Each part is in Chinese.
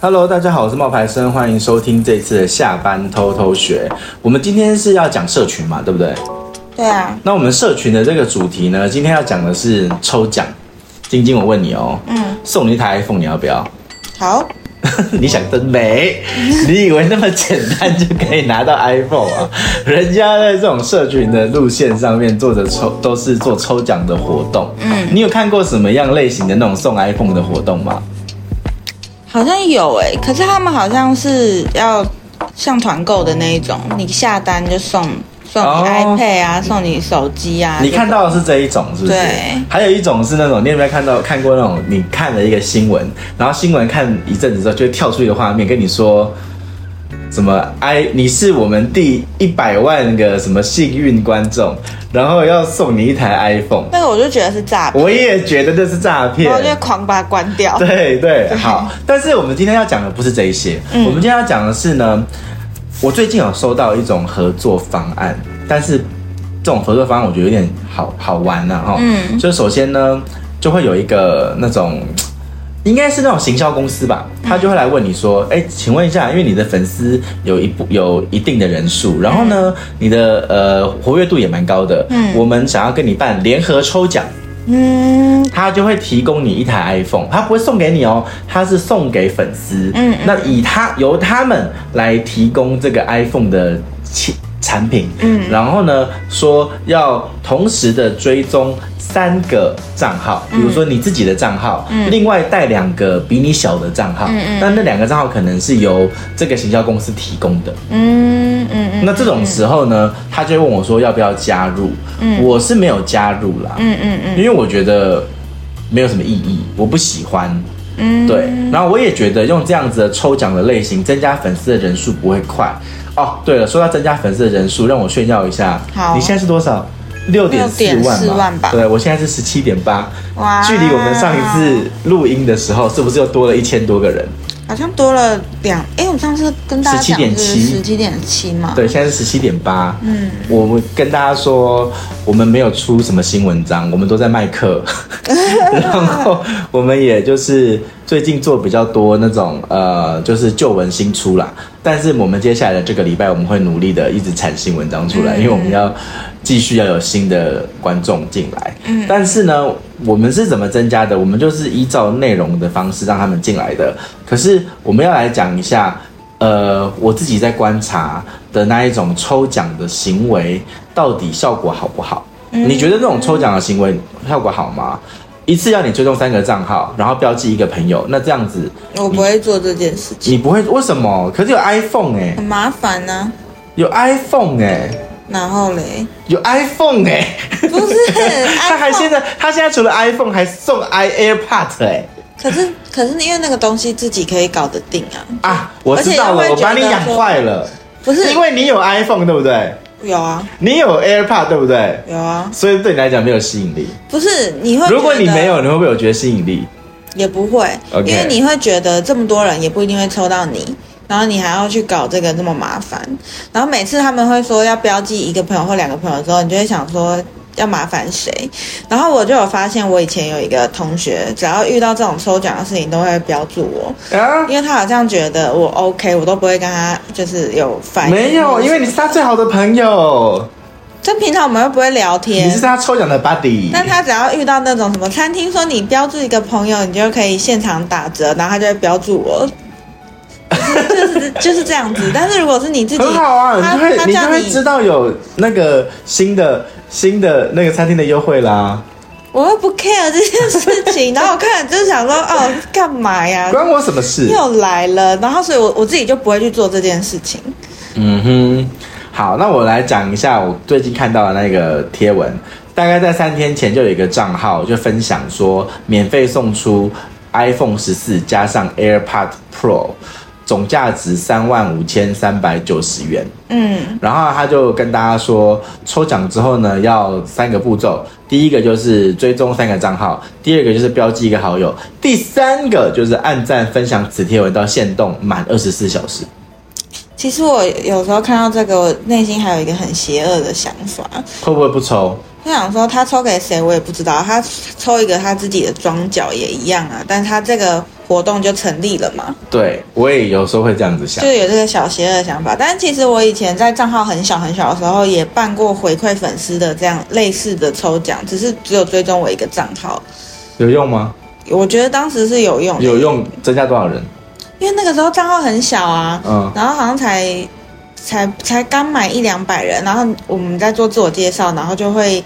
Hello，大家好，我是冒牌生，欢迎收听这次的下班偷偷学。我们今天是要讲社群嘛，对不对？对啊，那我们社群的这个主题呢，今天要讲的是抽奖。晶晶，我问你哦，嗯，送你一台 iPhone，你要不 要？好，你想真美，你以为那么简单就可以拿到 iPhone 啊？人家在这种社群的路线上面做着抽，都是做抽奖的活动。嗯，你有看过什么样类型的那种送 iPhone 的活动吗？好像有诶、可是他们好像是要像团购的那一种，你下单就送送哦你 iPad 啊，送你手机啊。你看到的是这一种，是不是？对还有一种是那种，你有没有看到看过那种？你看了一个新闻，然后新闻看一阵子之后，就会跳出一个画面，跟你说。什么 i 你是我们第一百万个什么幸运观众，然后要送你一台 iPhone，那个我就觉得是诈骗，我也觉得这是诈骗然后。就会狂把它关掉。对对，好。但是我们今天要讲的不是这一些，嗯我们今天要讲的是呢，我最近有收到一种合作方案，但是这种合作方案我觉得有点好好玩呐、啊、哈。嗯就首先呢，就会有一个那种。应该是那种行销公司吧，嗯他就会来问你说：“哎、请问一下，因为你的粉丝有一部有一定的人数，然后呢，你的呃活跃度也蛮高的，嗯我们想要跟你办联合抽奖，嗯他就会提供你一台 iPhone，他不会送给你哦，他是送给粉丝。嗯嗯那以他由他们来提供这个 iPhone 的其产品。嗯然后呢，说要同时的追踪三个账号，嗯比如说你自己的账号，另外带两个比你小的账号。嗯嗯那那两个账号可能是由这个行销公司提供的。嗯嗯嗯那这种时候呢，他就会问我说要不要加入？我是没有加入啦。嗯嗯嗯因为我觉得没有什么意义，我不喜欢。嗯，对，然后我也觉得用这样子的抽奖的类型，增加粉丝的人数不会快。哦，对了，说到增加粉丝的人数，让我炫耀一下。好你现在是多少？六点四万6.4万吧对，我现在是十七点八。哇距离我们上一次录音的时候，是不是又多了一千多个人？好像多了两，哎、我上次跟大家讲17.7是十七点七嘛，对，现在是十七点八。啊嗯，我们跟大家说，我们没有出什么新文章，我们都在卖课， 然后我们也就是最近做比较多那种呃，就是旧文新出啦。但是我们接下来的这个礼拜，我们会努力的一直产新文章出来，因为我们要继续要有新的观众进来。嗯，但是呢，我们是怎么增加的？我们就是依照内容的方式让他们进来的。可是我们要来讲一下。呃，我自己在观察的那一种抽奖的行为，到底效果好不好？你觉得这种抽奖的行为效果好吗？一次要你追踪三个账号，然后标记一个朋友，那这样子我不会做这件事情，你不会为什么？可是有 iPhone 哎、很麻烦呢、有 iPhone 哎、然 后嘞，有 iPhone 哎、不是，他还 iPhone 现在他现在除了 iPhone 还送 i AirPod 哎、可是可是因为那个东西自己可以搞得定啊，啊，我知道而了，且要我不把然你觉得养坏了，不是因为你有 iPhone 对不对？有啊你有 AirPod 对不对？有啊，所以对你来讲没有吸引力。不是你会如果你觉得没有，你会不会有觉得吸引力？也不会 OK 因为你会觉得这么多人也不一定会抽到你。然后你还要去搞这个这么麻烦，然后每次他们会说要标记一个朋友或两个朋友之后，你就会想说要麻烦谁。然后我就有发现，我以前有一个同学，只要遇到这种抽奖的事情，都会标注我，啊，因为他好像觉得我 OK，我都不会跟他就是有反应。没有，因为你是他最好的朋友，这平常我们又不会聊天，你是他抽奖的 buddy。但他只要遇到那种什么餐厅说你标注一个朋友，你就可以现场打折，然后他就会标注我。就是就是这样 子，但是如果是你自己，很好啊，他你就他会你就叫会知道有那个新的新的那个餐厅的优惠啦，我又不 care 这件 事情，然后我看了就是想说，哦，干嘛呀？关我什么事？又来了，然后所以我我自己就不会去做这件事情。嗯哼，好，那我来讲一下我最近看到的那个贴文，大概在三天前就有一个账号就分享说免费送出 iPhone 十四加上 AirPod Pro，总价值三万五千三百九十元。嗯然后他就跟大家说，抽奖之后呢，要三个步骤，第一个就是追踪三个账号，第二个就是标记一个好友，第三个就是按赞分享此贴文到限动满二十四小时。其实我有时候看到这个，我内心还有一个很邪恶的想法，会不会不抽？我想说他抽给谁我也不知道，他抽一个他自己的装脚也一样啊，但他这个活动就成立了嘛，对我也有时候会这样子想就，有这个小邪恶的想法。但是其实我以前在账号很小很小的时候，也办过回馈粉丝的这样类似的抽奖，只是只有追踪我一个账号。有用吗？我觉得当时是有用的，有用，增加多少人？因为那个时候账号很小啊，嗯然后好像才才才刚满一两百人，然后我们在做自我介绍，然后就会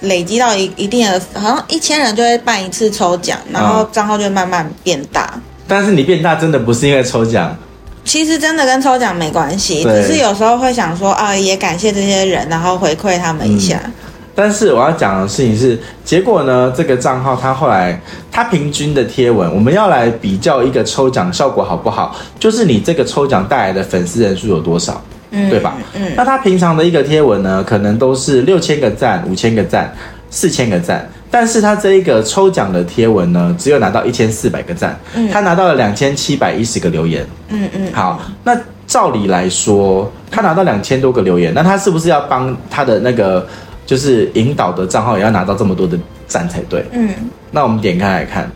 累积到一一定的，好像一千人就会办一次抽奖，然嗯后账号就会慢慢变大。但是你变大真的不是因为抽奖，其实真的跟抽奖没关系，对只是有时候会想说啊，也感谢这些人，然后回馈他们一下。嗯但是我要讲的事情是，结果呢，这个账号它后来它平均的贴文，我们要来比较一个抽奖效果好不好，就是你这个抽奖带来的粉丝人数有多少。嗯，对吧？嗯，那它平常的一个贴文呢，可能都是六千个赞、五千个赞、四千个赞，但是它这一个抽奖的贴文呢，只有拿到一千四百个赞，它拿到了两千七百一十个留言。嗯嗯，好，那照理来说，他拿到两千多个留言，那他是不是要帮他的那个就是引导的账号也要拿到这么多的赞才对？嗯，那我们点开来看，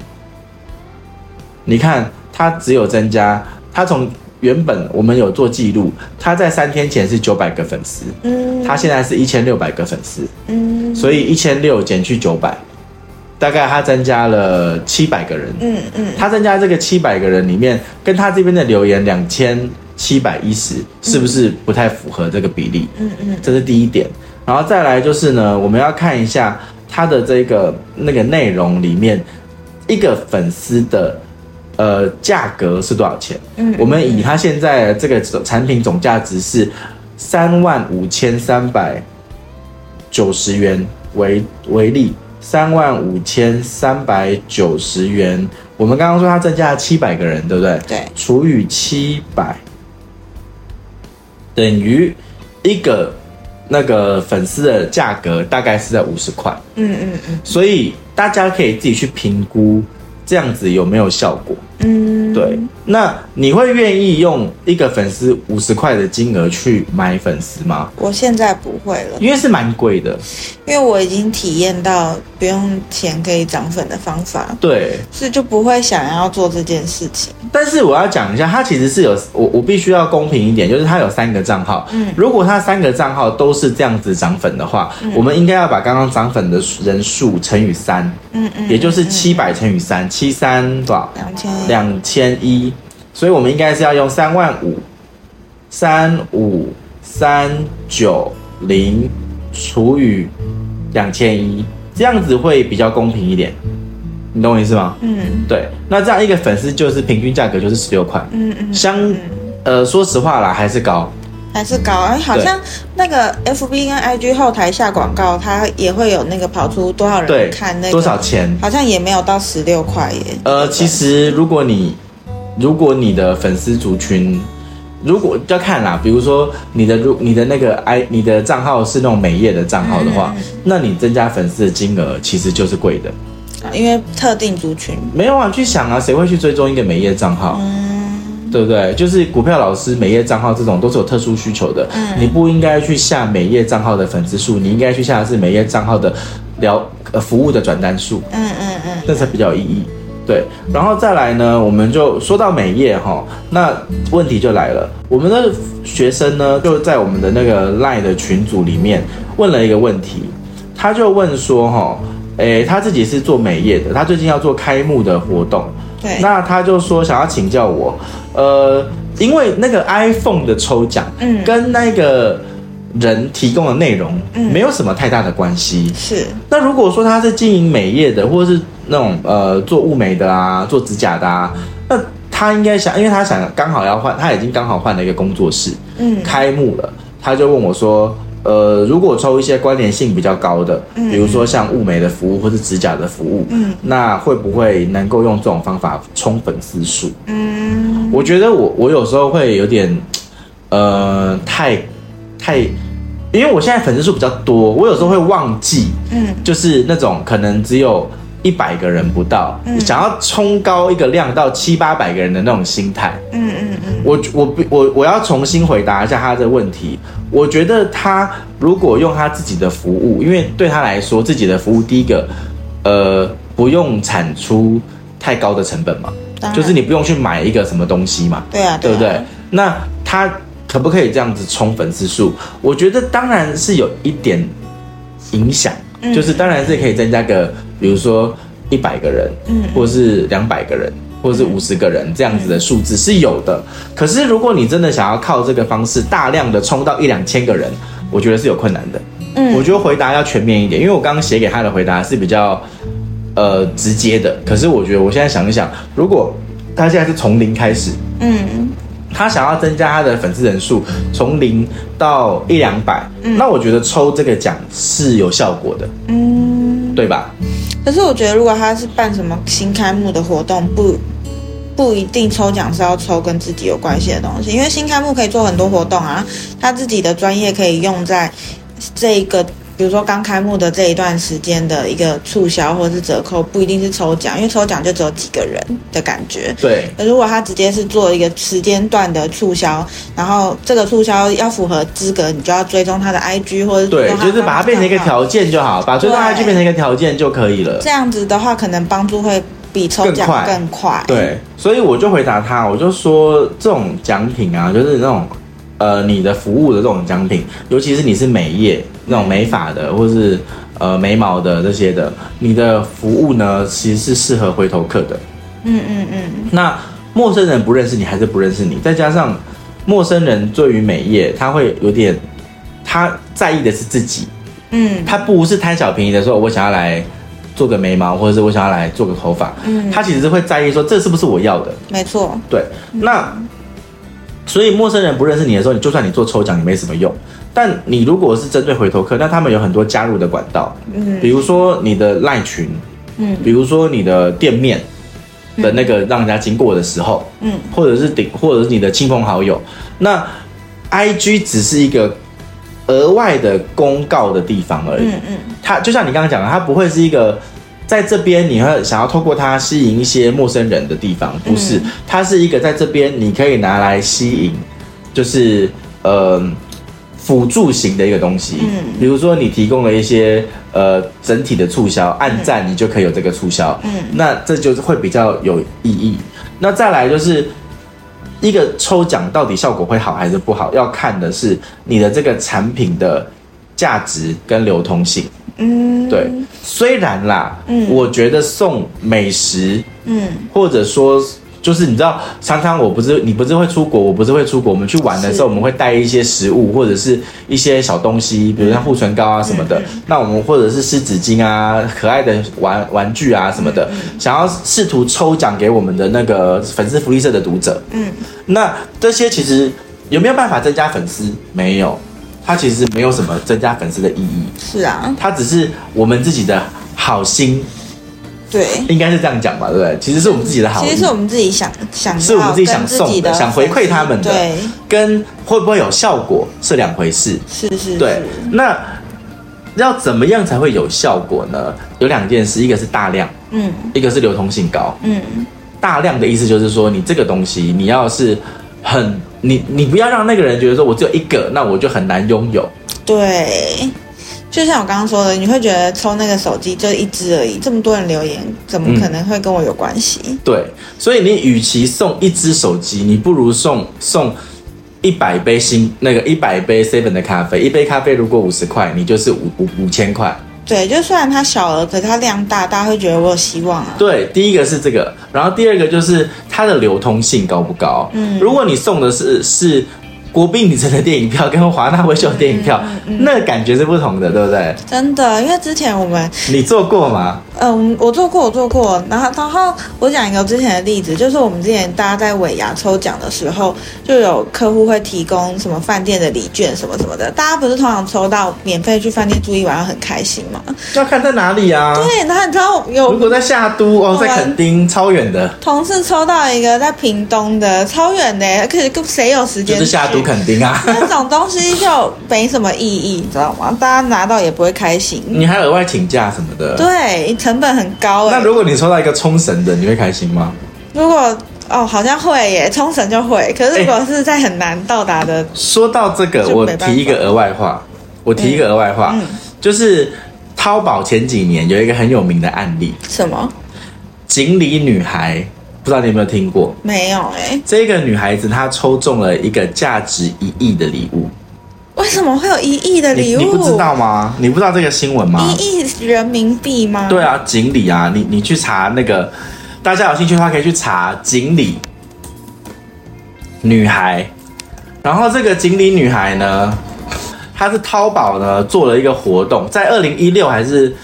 你看他只有增加，他从原本我们有做记录，他在三天前是九百个粉丝，嗯，他现在是一千六百个粉丝，嗯，所以一千六减去九百，大概他增加了七百个人。嗯嗯，他增加这个七百个人里面，跟他这边的留言两千七百一十，是不是不太符合这个比例？嗯嗯，这是第一点。然后再来就是呢，我们要看一下他的这个那个内容里面，一个粉丝的呃价格是多少钱？嗯我们以他现在这个产品总价值是三万五千三百九十元为为例，三万五千三百九十元，我们刚刚说它增加了七百个人，对不对？对除以七百等于一个那个粉丝的价格大概是在五十块，嗯嗯嗯所以大家可以自己去评估这样子有没有效果。嗯，对，那你会愿意用一个粉丝五十块的金额去买粉丝吗？我现在不会了。因为是蛮贵的，因为我已经体验到不用钱可以涨粉的方法，对。所以就不会想要做这件事情。但是我要讲一下，它其实是有我我必须要公平一点，就是它有三个账号。嗯，如果它三个账号都是这样子涨粉的话，嗯我们应该要把刚刚涨粉的人数乘以三，嗯嗯，也就是七百乘以三，七三多少？两千两千一，所以我们应该是要用三万五，三五三九零除以两千一，这样子会比较公平一点，你懂我意思吗？嗯对，那这样一个粉丝就是平均价格就是十六块，嗯嗯，相呃说实话啦还是高，还是高。哎，好像那个 FB 跟 IG 后台下广告，它也会有那个跑出多少对人看那，个多少？钱？好像也没有到十六块耶。呃，其实如果你如果你的粉丝族群，如果要看啦，比如说你的如你的那个 i 你的账号是那种美业的账号的话，那你增加粉丝的金额其实就是贵的。因为特定族群，没有啊，去想啊，谁会去追踪一个美业账号？对不对？就是股票老师、美业账号这种都是有特殊需求的，你不应该去下美业账号的粉丝数，你应该去下的是美业账号的聊呃服务的转单数。嗯嗯嗯，这才比较有意义。对，然后再来呢，我们就说到美业哈，那问题就来了，我们的学生呢就在我们的那个 Line 的群组里面问了一个问题，他就问说哈，诶，他自己是做美业的，他最近要做开幕的活动，嗯对，那他就说想要请教我，呃，因为那个 iPhone 的抽奖，嗯跟那个人提供的内容嗯没有什么太大的关系，是那如果说他是经营美业的，或者是那种呃做物美的啊，做指甲的啊，那他应该想，因为他想刚好要换，他已经刚好换了一个工作室，嗯开幕了，他就问我说，呃，如果抽一些关联性比较高的，比如说像物美的服务或是指甲的服务，嗯，那会不会能够用这种方法冲粉丝数？嗯我觉得我我有时候会有点，呃，太太，因为我现在粉丝数比较多，我有时候会忘记。嗯就是那种可能只有一百个人不到，嗯想要冲高一个量到七八百个人的那种心态。嗯嗯嗯，我我不我我要重新回答一下他的问题。我觉得他如果用他自己的服务，因为对他来说，自己的服务第一个，呃，不用产出太高的成本嘛。当然就是你不用去买一个什么东西嘛，对啊，对不啊对？？那他可不可以这样子冲粉丝数？我觉得当然是有一点影响，嗯就是当然是可以增加个，比如说一百个人，嗯或是两百个人，或是五十个人这样子的数字是有的。可是如果你真的想要靠这个方式大量的冲到一两千个人，我觉得是有困难的。嗯我觉得回答要全面一点，因为我刚刚写给他的回答是比较呃直接的。可是我觉得我现在想一想，如果他现在是从零开始，嗯，他想要增加他的粉丝人数，从零到一两百，那我觉得抽这个奖是有效果的，嗯，对吧？可是我觉得如果他是办什么新开幕的活动，不不一定抽奖是要抽跟自己有关系的东西，因为新开幕可以做很多活动啊，他自己的专业可以用在这一个。比如说刚开幕的这一段时间的一个促销或是折扣，不一定是抽奖，因为抽奖就只有几个人的感觉。对，如果他直接是做一个时间段的促销，然后这个促销要符合资格，你就要追踪他的 IG 或者对，就是把它变成一个条。条件就好，把最大的就变成一个条件就可以了。这样子的话，可能帮助会比抽奖更快更快。，对，所以我就回答他，我就说这种奖品啊，就是那种呃你的服务的这种奖品，尤其是你是美业那种美发的，或是呃眉毛的这些的，你的服务呢其实是适合回头客的。嗯嗯嗯，那陌生人不认识你还是不认识你，再加上陌生人对于美业他会有点，他在意的是自己，嗯他不是贪小便宜的说我想要来做个眉毛，或者是我想要来做个头发，嗯，他其实是会在意说这是不是我要的。没错，对，嗯那所以陌生人不认识你的时候，你就算你做抽奖也没什么用。但你如果是针对回头客，那他们有很多加入的管道，嗯比如说你的赖群，嗯比如说你的店面的那个让人家经过的时候，嗯或者是顶，或者是你的亲朋好友，那 I G 只是一个额外的公告的地方而已。嗯嗯，它就像你刚刚讲的，它不会是一个在这边你会想要透过它吸引一些陌生人的地嗯方，不是，它是一个在这边你可以拿来吸引，就是呃辅助型的一个东西。嗯比如说你提供了一些呃整体的促销，按赞你就可以有这个促销，嗯那这就是会比较有意义。那再来就是。一个抽奖到底效果会好还是不好，要看的是你的这个产品的价值跟流通性。嗯，对，虽然啦，嗯我觉得送美食嗯或者说。就是你知道，常常我不是你不是会出国，我不是会出国。我们去玩的时候，是我们会带一些食物或者是一些小东西，比如像护唇膏嗯啊什么的。那我们或者是湿纸巾啊、可爱的玩玩具啊什么的，嗯想要试图抽奖给我们的那个粉丝福利社的读者。嗯，那这些其实有没有办法增加粉丝？没有，它其实没有什么增加粉丝的意义。是啊，它只是我们自己的好心，对。应该是这样讲吧，对不对？其实是我们自己的好意，其实是我们自己想想要，是我们自己想跟送的己的想回馈他们的对，跟会不会有效果是两回事。是是是，对，那要怎么样才会有效果呢？有两件事，一个是大量，嗯一个是流通性高。嗯大量的意思就是说，你这个东西你要是很，你你不要让那个人觉得说我只有一个，那我就很难拥有。对。就像我刚刚说的，你会觉得抽那个手机就一只而已，这么多人留言，怎么可能会跟我有关系？对，所以你与其送一只手机，你不如送送一百杯新那个一百杯 seven 的咖啡，一杯咖啡如果五十块，你就是五五五千块。对，就虽然它小额，可是它量大，大家会觉得我有希望啊。对，第一个是这个，然后第二个就是它的流通性高不高？嗯，如果你送的是是。国宾影城的电影票跟华纳维秀的电影票，那感觉是不同的，对不对？真的，因为之前我们，你做过吗？嗯，我做过，我做过，然后然后我讲一个之前的例子，就是我们之前大家在尾牙抽奖的时候，就有客户会提供什么饭店的礼券什么什么的，大家不是通常抽到免费去饭店住一晚上很开心吗？嗯要看在哪里啊？ 对，然后你知道如有果在夏都哦，在我们垦丁超远的，同事抽到一个在屏东的，超远的，可是谁有时就间去？是夏都垦丁啊。那种东西就没什么意义，你知道吗？大家拿到也不会开心。你还额外请假什么的。对，成本很高哎、那如果你抽到一个冲绳的，你会开心吗？如果哦，好像会耶，冲绳就会。可是如哎果是在很难到达的，说到这个，就我没办法提一个额外话，我提一个额外话，嗯就是淘宝前几年有一个很有名的案例，什么？锦鲤女孩不知道你有没有听过？没有哎、这个女孩子她抽中了一个价值一亿的礼物，为什么会有一亿的礼物？你你不知道吗？你不知道这个新闻吗？一亿人民币吗？对，啊，锦鲤啊，你你去查那个，大家有兴趣的话可以去查锦鲤女孩。然后这个锦鲤女孩呢，她是淘宝呢做了一个活动，在二零一六还是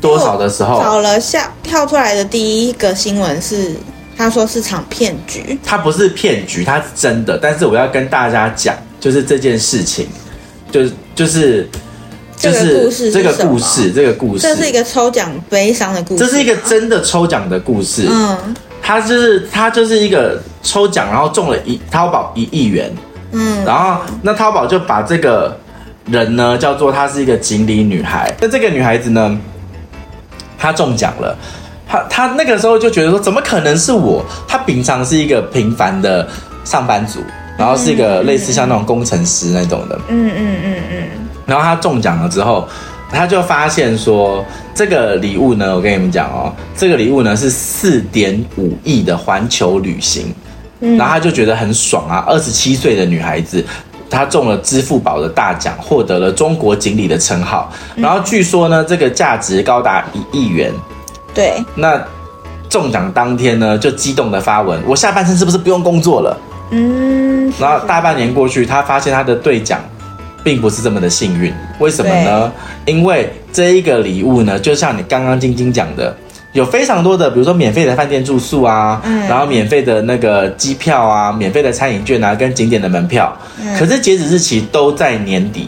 多少的时候，找了下跳出来的第一个新闻是，他说是场骗局，它不是骗局，它是真的。但是我要跟大家讲，就是这件事情，就是就是就这个故是事是这个什么故事，这个故事，这是一个抽奖悲伤的故事，这是一个真的抽奖的故事。嗯他就是他就是一个抽奖，然后中了一淘宝一亿元，嗯然后那淘宝就把这个人呢叫做她是一个锦鲤女孩。那这个女孩子呢，她中奖了。她她那个时候就觉得说，怎么可能是我？她平常是一个平凡的上班族，然后是一个类似像那种工程师那种的。嗯嗯嗯嗯，然后他中奖了之后，他就发现说，这个礼物呢，我跟你们讲哦，这个礼物呢是四点五亿的环球旅行，嗯然后他就觉得很爽啊，二十七岁的女孩子。她中了支付宝的大奖，获得了中国锦鲤的称号。然后据说呢，这个价值高达一亿元。对，那中奖当天呢，就激动的发文：“我下半身是不是不用工作了？”嗯，然后大半年过去，他发现他的兑奖并不是这么的幸运，为什么呢？因为这一个礼物呢，就像你刚刚晶晶讲的，有非常多的，比如说免费的饭店住宿啊，嗯然后免费的那个机票啊，免费的餐饮券啊，跟景点的门票，嗯可是截止日期都在年底。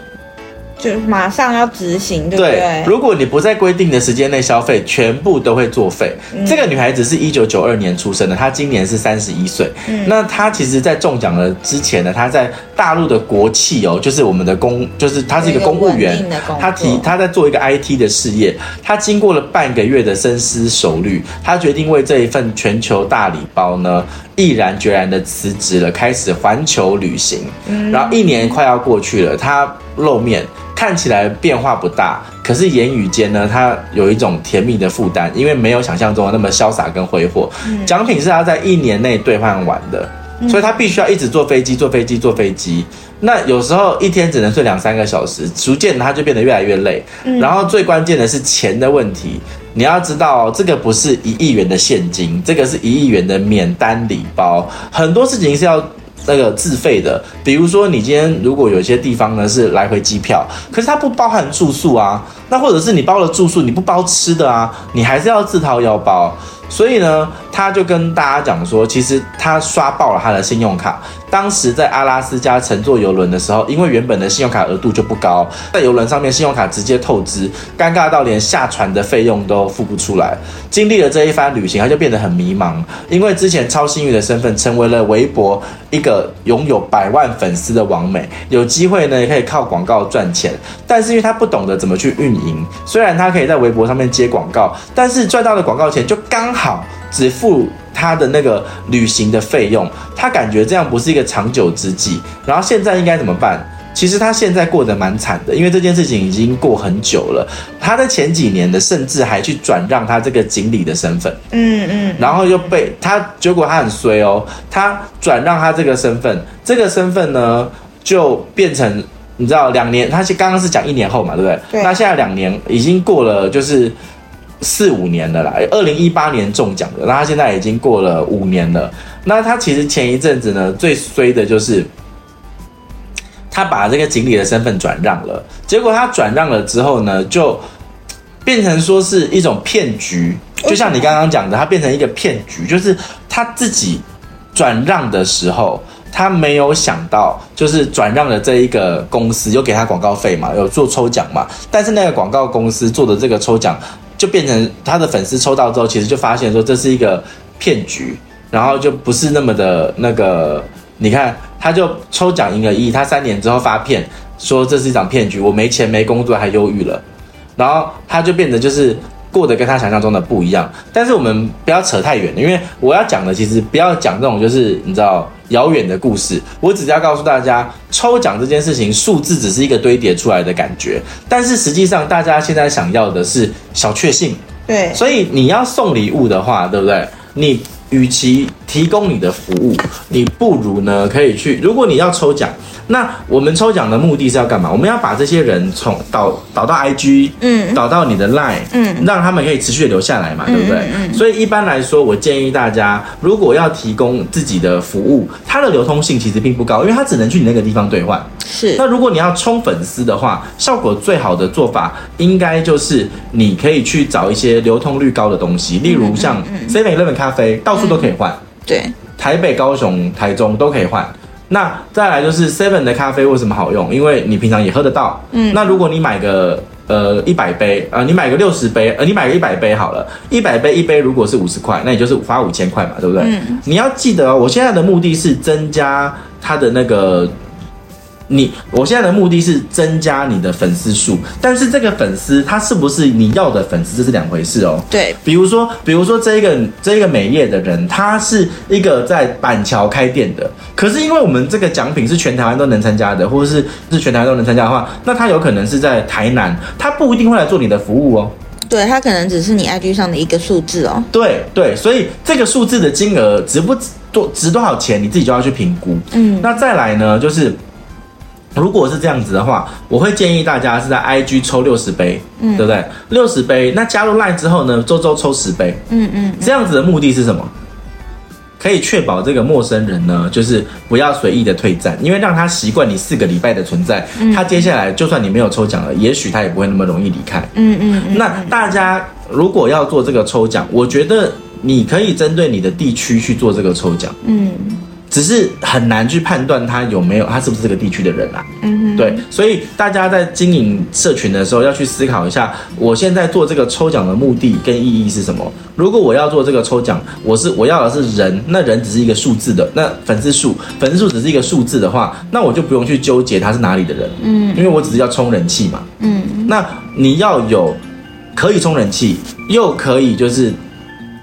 就马上要执行，对不对？如果你不在规定的时间内消费，全部都会作废。嗯这个女孩子是一九九二年出生的，她今年是三十一岁。嗯那她其实，在中奖了之前呢，她在大陆的国企哦，就是我们的公，就是她是一个公务有一个稳员定的工，作她提她在做一个 IT 的事业。她经过了半个月的深思熟虑，她决定为这一份全球大礼包呢，毅然决然的辞职了，开始环球旅行。嗯然后一年快要过去了，她露面。看起来变化不大，可是言语间呢，她有一种甜蜜的负担，因为没有想象中的那么潇洒跟挥霍。嗯奖品是她在一年内兑换完的，所以她必须要一直坐飞机，坐飞机，坐飞机。那有时候一天只能睡两三个小时，逐渐她就变得越来越累。然后最关键的是钱的问题，你要知道、哦，这个不是一亿元的现金，这个是一亿元的免单礼包，很多事情是要。那个自费的，比如说你今天如果有些地方呢是来回机票，可是它不包含住宿啊，那或者是你包了住宿，你不包吃的啊，你还是要自掏腰包。所以呢，他就跟大家讲说，其实他刷爆了他的信用卡。当时在阿拉斯加乘坐游轮的时候，因为原本的信用卡额度就不高，在游轮上面信用卡直接透支，尴尬到连下船的费用都付不出来。经历了这一番旅行，他就变得很迷茫，因为之前超幸运的身份成为了微博一个拥有百万粉丝的网美，有机会呢也可以靠广告赚钱，但是因为他不懂得怎么去运营，虽然他可以在微博上面接广告，但是赚到的广告钱就刚好只付他的那个旅行的费用，他感觉这样不是一个长久之计。然后现在应该怎么办？其实他现在过得蛮惨的，因为这件事情已经过很久了。他在前几年的，甚至还去转让他这个经理的身份，嗯嗯，然后又被他，结果他很衰哦，他转让他这个身份，这个身份呢就变成你知道两年，他是刚刚是讲一年后嘛，对不对？对那现在两年已经过了，就是四五年了啦，二零一八年中奖的，那他现在已经过了五年了。那他其实前一阵子呢，最衰的就是他把这个经理的身份转让了，结果他转让了之后呢，就变成说是一种骗局，就像你刚刚讲的，他变成一个骗局，就是他自己转让的时候。他没有想到，就是转让的这一个公司有给他广告费嘛，有做抽奖嘛，但是那个广告公司做的这个抽奖，就变成他的粉丝抽到之后，其实就发现说这是一个骗局，然后就不是那么的那个。你看，他就抽奖赢了一亿，他三年之后发片说这是一场骗局，我没钱没工作还忧郁了，然后他就变得就是过得跟他想象中的不一样。但是我们不要扯太远了，因为我要讲的其实不要讲这种就是你知道遥远的故事，我只是要告诉大家，抽奖这件事情数字只是一个堆叠出来的感觉，但是实际上大家现在想要的是小确幸。对，所以你要送礼物的话，对不对？你与其提供你的服务，你不如呢可以去，如果你要抽奖，那我们抽奖的目的是要干嘛？我们要把这些人从导导到 IG，嗯导到你的 Line，嗯让他们可以持续地留下来嘛，对不对？嗯所以一般来说，我建议大家如果要提供自己的服务，它的流通性其实并不高，因为它只能去你那个地方兑换。是那如果你要冲粉丝的话，效果最好的做法应该就是你可以去找一些流通率高的东西，例如像 Seven Eleven 咖啡，到处都可以换，对，台北、高雄、台中都可以换。那再来就是 Seven 的咖啡为什么好用？因为你平常也喝得到。嗯那如果你买个呃一百杯，呃你买个六十杯，呃你买个一百杯好了，一百杯一杯如果是五十块，那也就是花五千块嘛，对不对？嗯你要记得哦，我现在的目的是增加它的那个你我现在的目的是增加你的粉丝数，但是这个粉丝他是不是你要的粉丝，这是两回事哦。对，比如说，比如说这一个这一个美业的人，他是一个在板桥开店的，可是因为我们这个奖品是全台湾都能参加的，或者是是全台湾都能参加的话，那他有可能是在台南，他不一定会来做你的服务哦。对，它可能只是你 IG 上的一个数字哦。对对，所以这个数字的金额值不值多值多少钱，你自己就要去评估。嗯那再来呢，就是如果是这样子的话，我会建议大家是在 IG 抽六十杯，嗯，对不对？六十杯，那加入 Line 之后呢，周周抽十杯，嗯嗯，这样子的目的是什么？可以确保这个陌生人呢，就是不要随意的退战，因为让他习惯你四个礼拜的存在，他接下来就算你没有抽奖了，也许他也不会那么容易离开。嗯嗯嗯，那大家如果要做这个抽奖，我觉得你可以针对你的地区去做这个抽奖，嗯只是很难去判断他有没有他是不是这个地区的人啊。嗯对，所以大家在经营社群的时候，要去思考一下，我现在做这个抽奖的目的跟意义是什么？如果我要做这个抽奖，我是我要的是人，那人只是一个数字的，那粉丝数，粉丝数只是一个数字的话，那我就不用去纠结他是哪里的人，嗯，因为我只是要冲人气嘛。嗯那你要有可以冲人气，又可以就是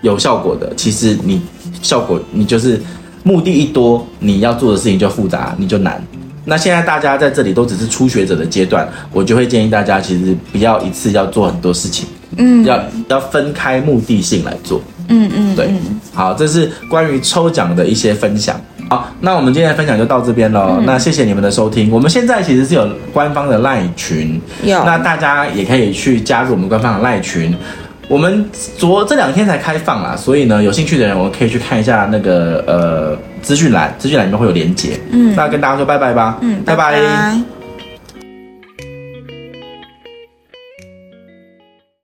有效果的，其实你效果你就是目的一多，你要做的事情就复杂，你就难。那现在大家在这里都只是初学者的阶段，我就会建议大家其实不要一次要做很多事情，嗯要要分开目的性来做。嗯嗯，对，好，这是关于抽奖的一些分享。好，那我们今天的分享就到这边喽。那谢谢你们的收听。我们现在其实是有官方的赖群，有那大家也可以去加入我们官方的赖群。我们昨这两天才开放啦，所以呢，有兴趣的人我可以去看一下那个呃资讯栏，资讯栏里面会有连结。嗯，那跟大家说拜拜吧。嗯，拜拜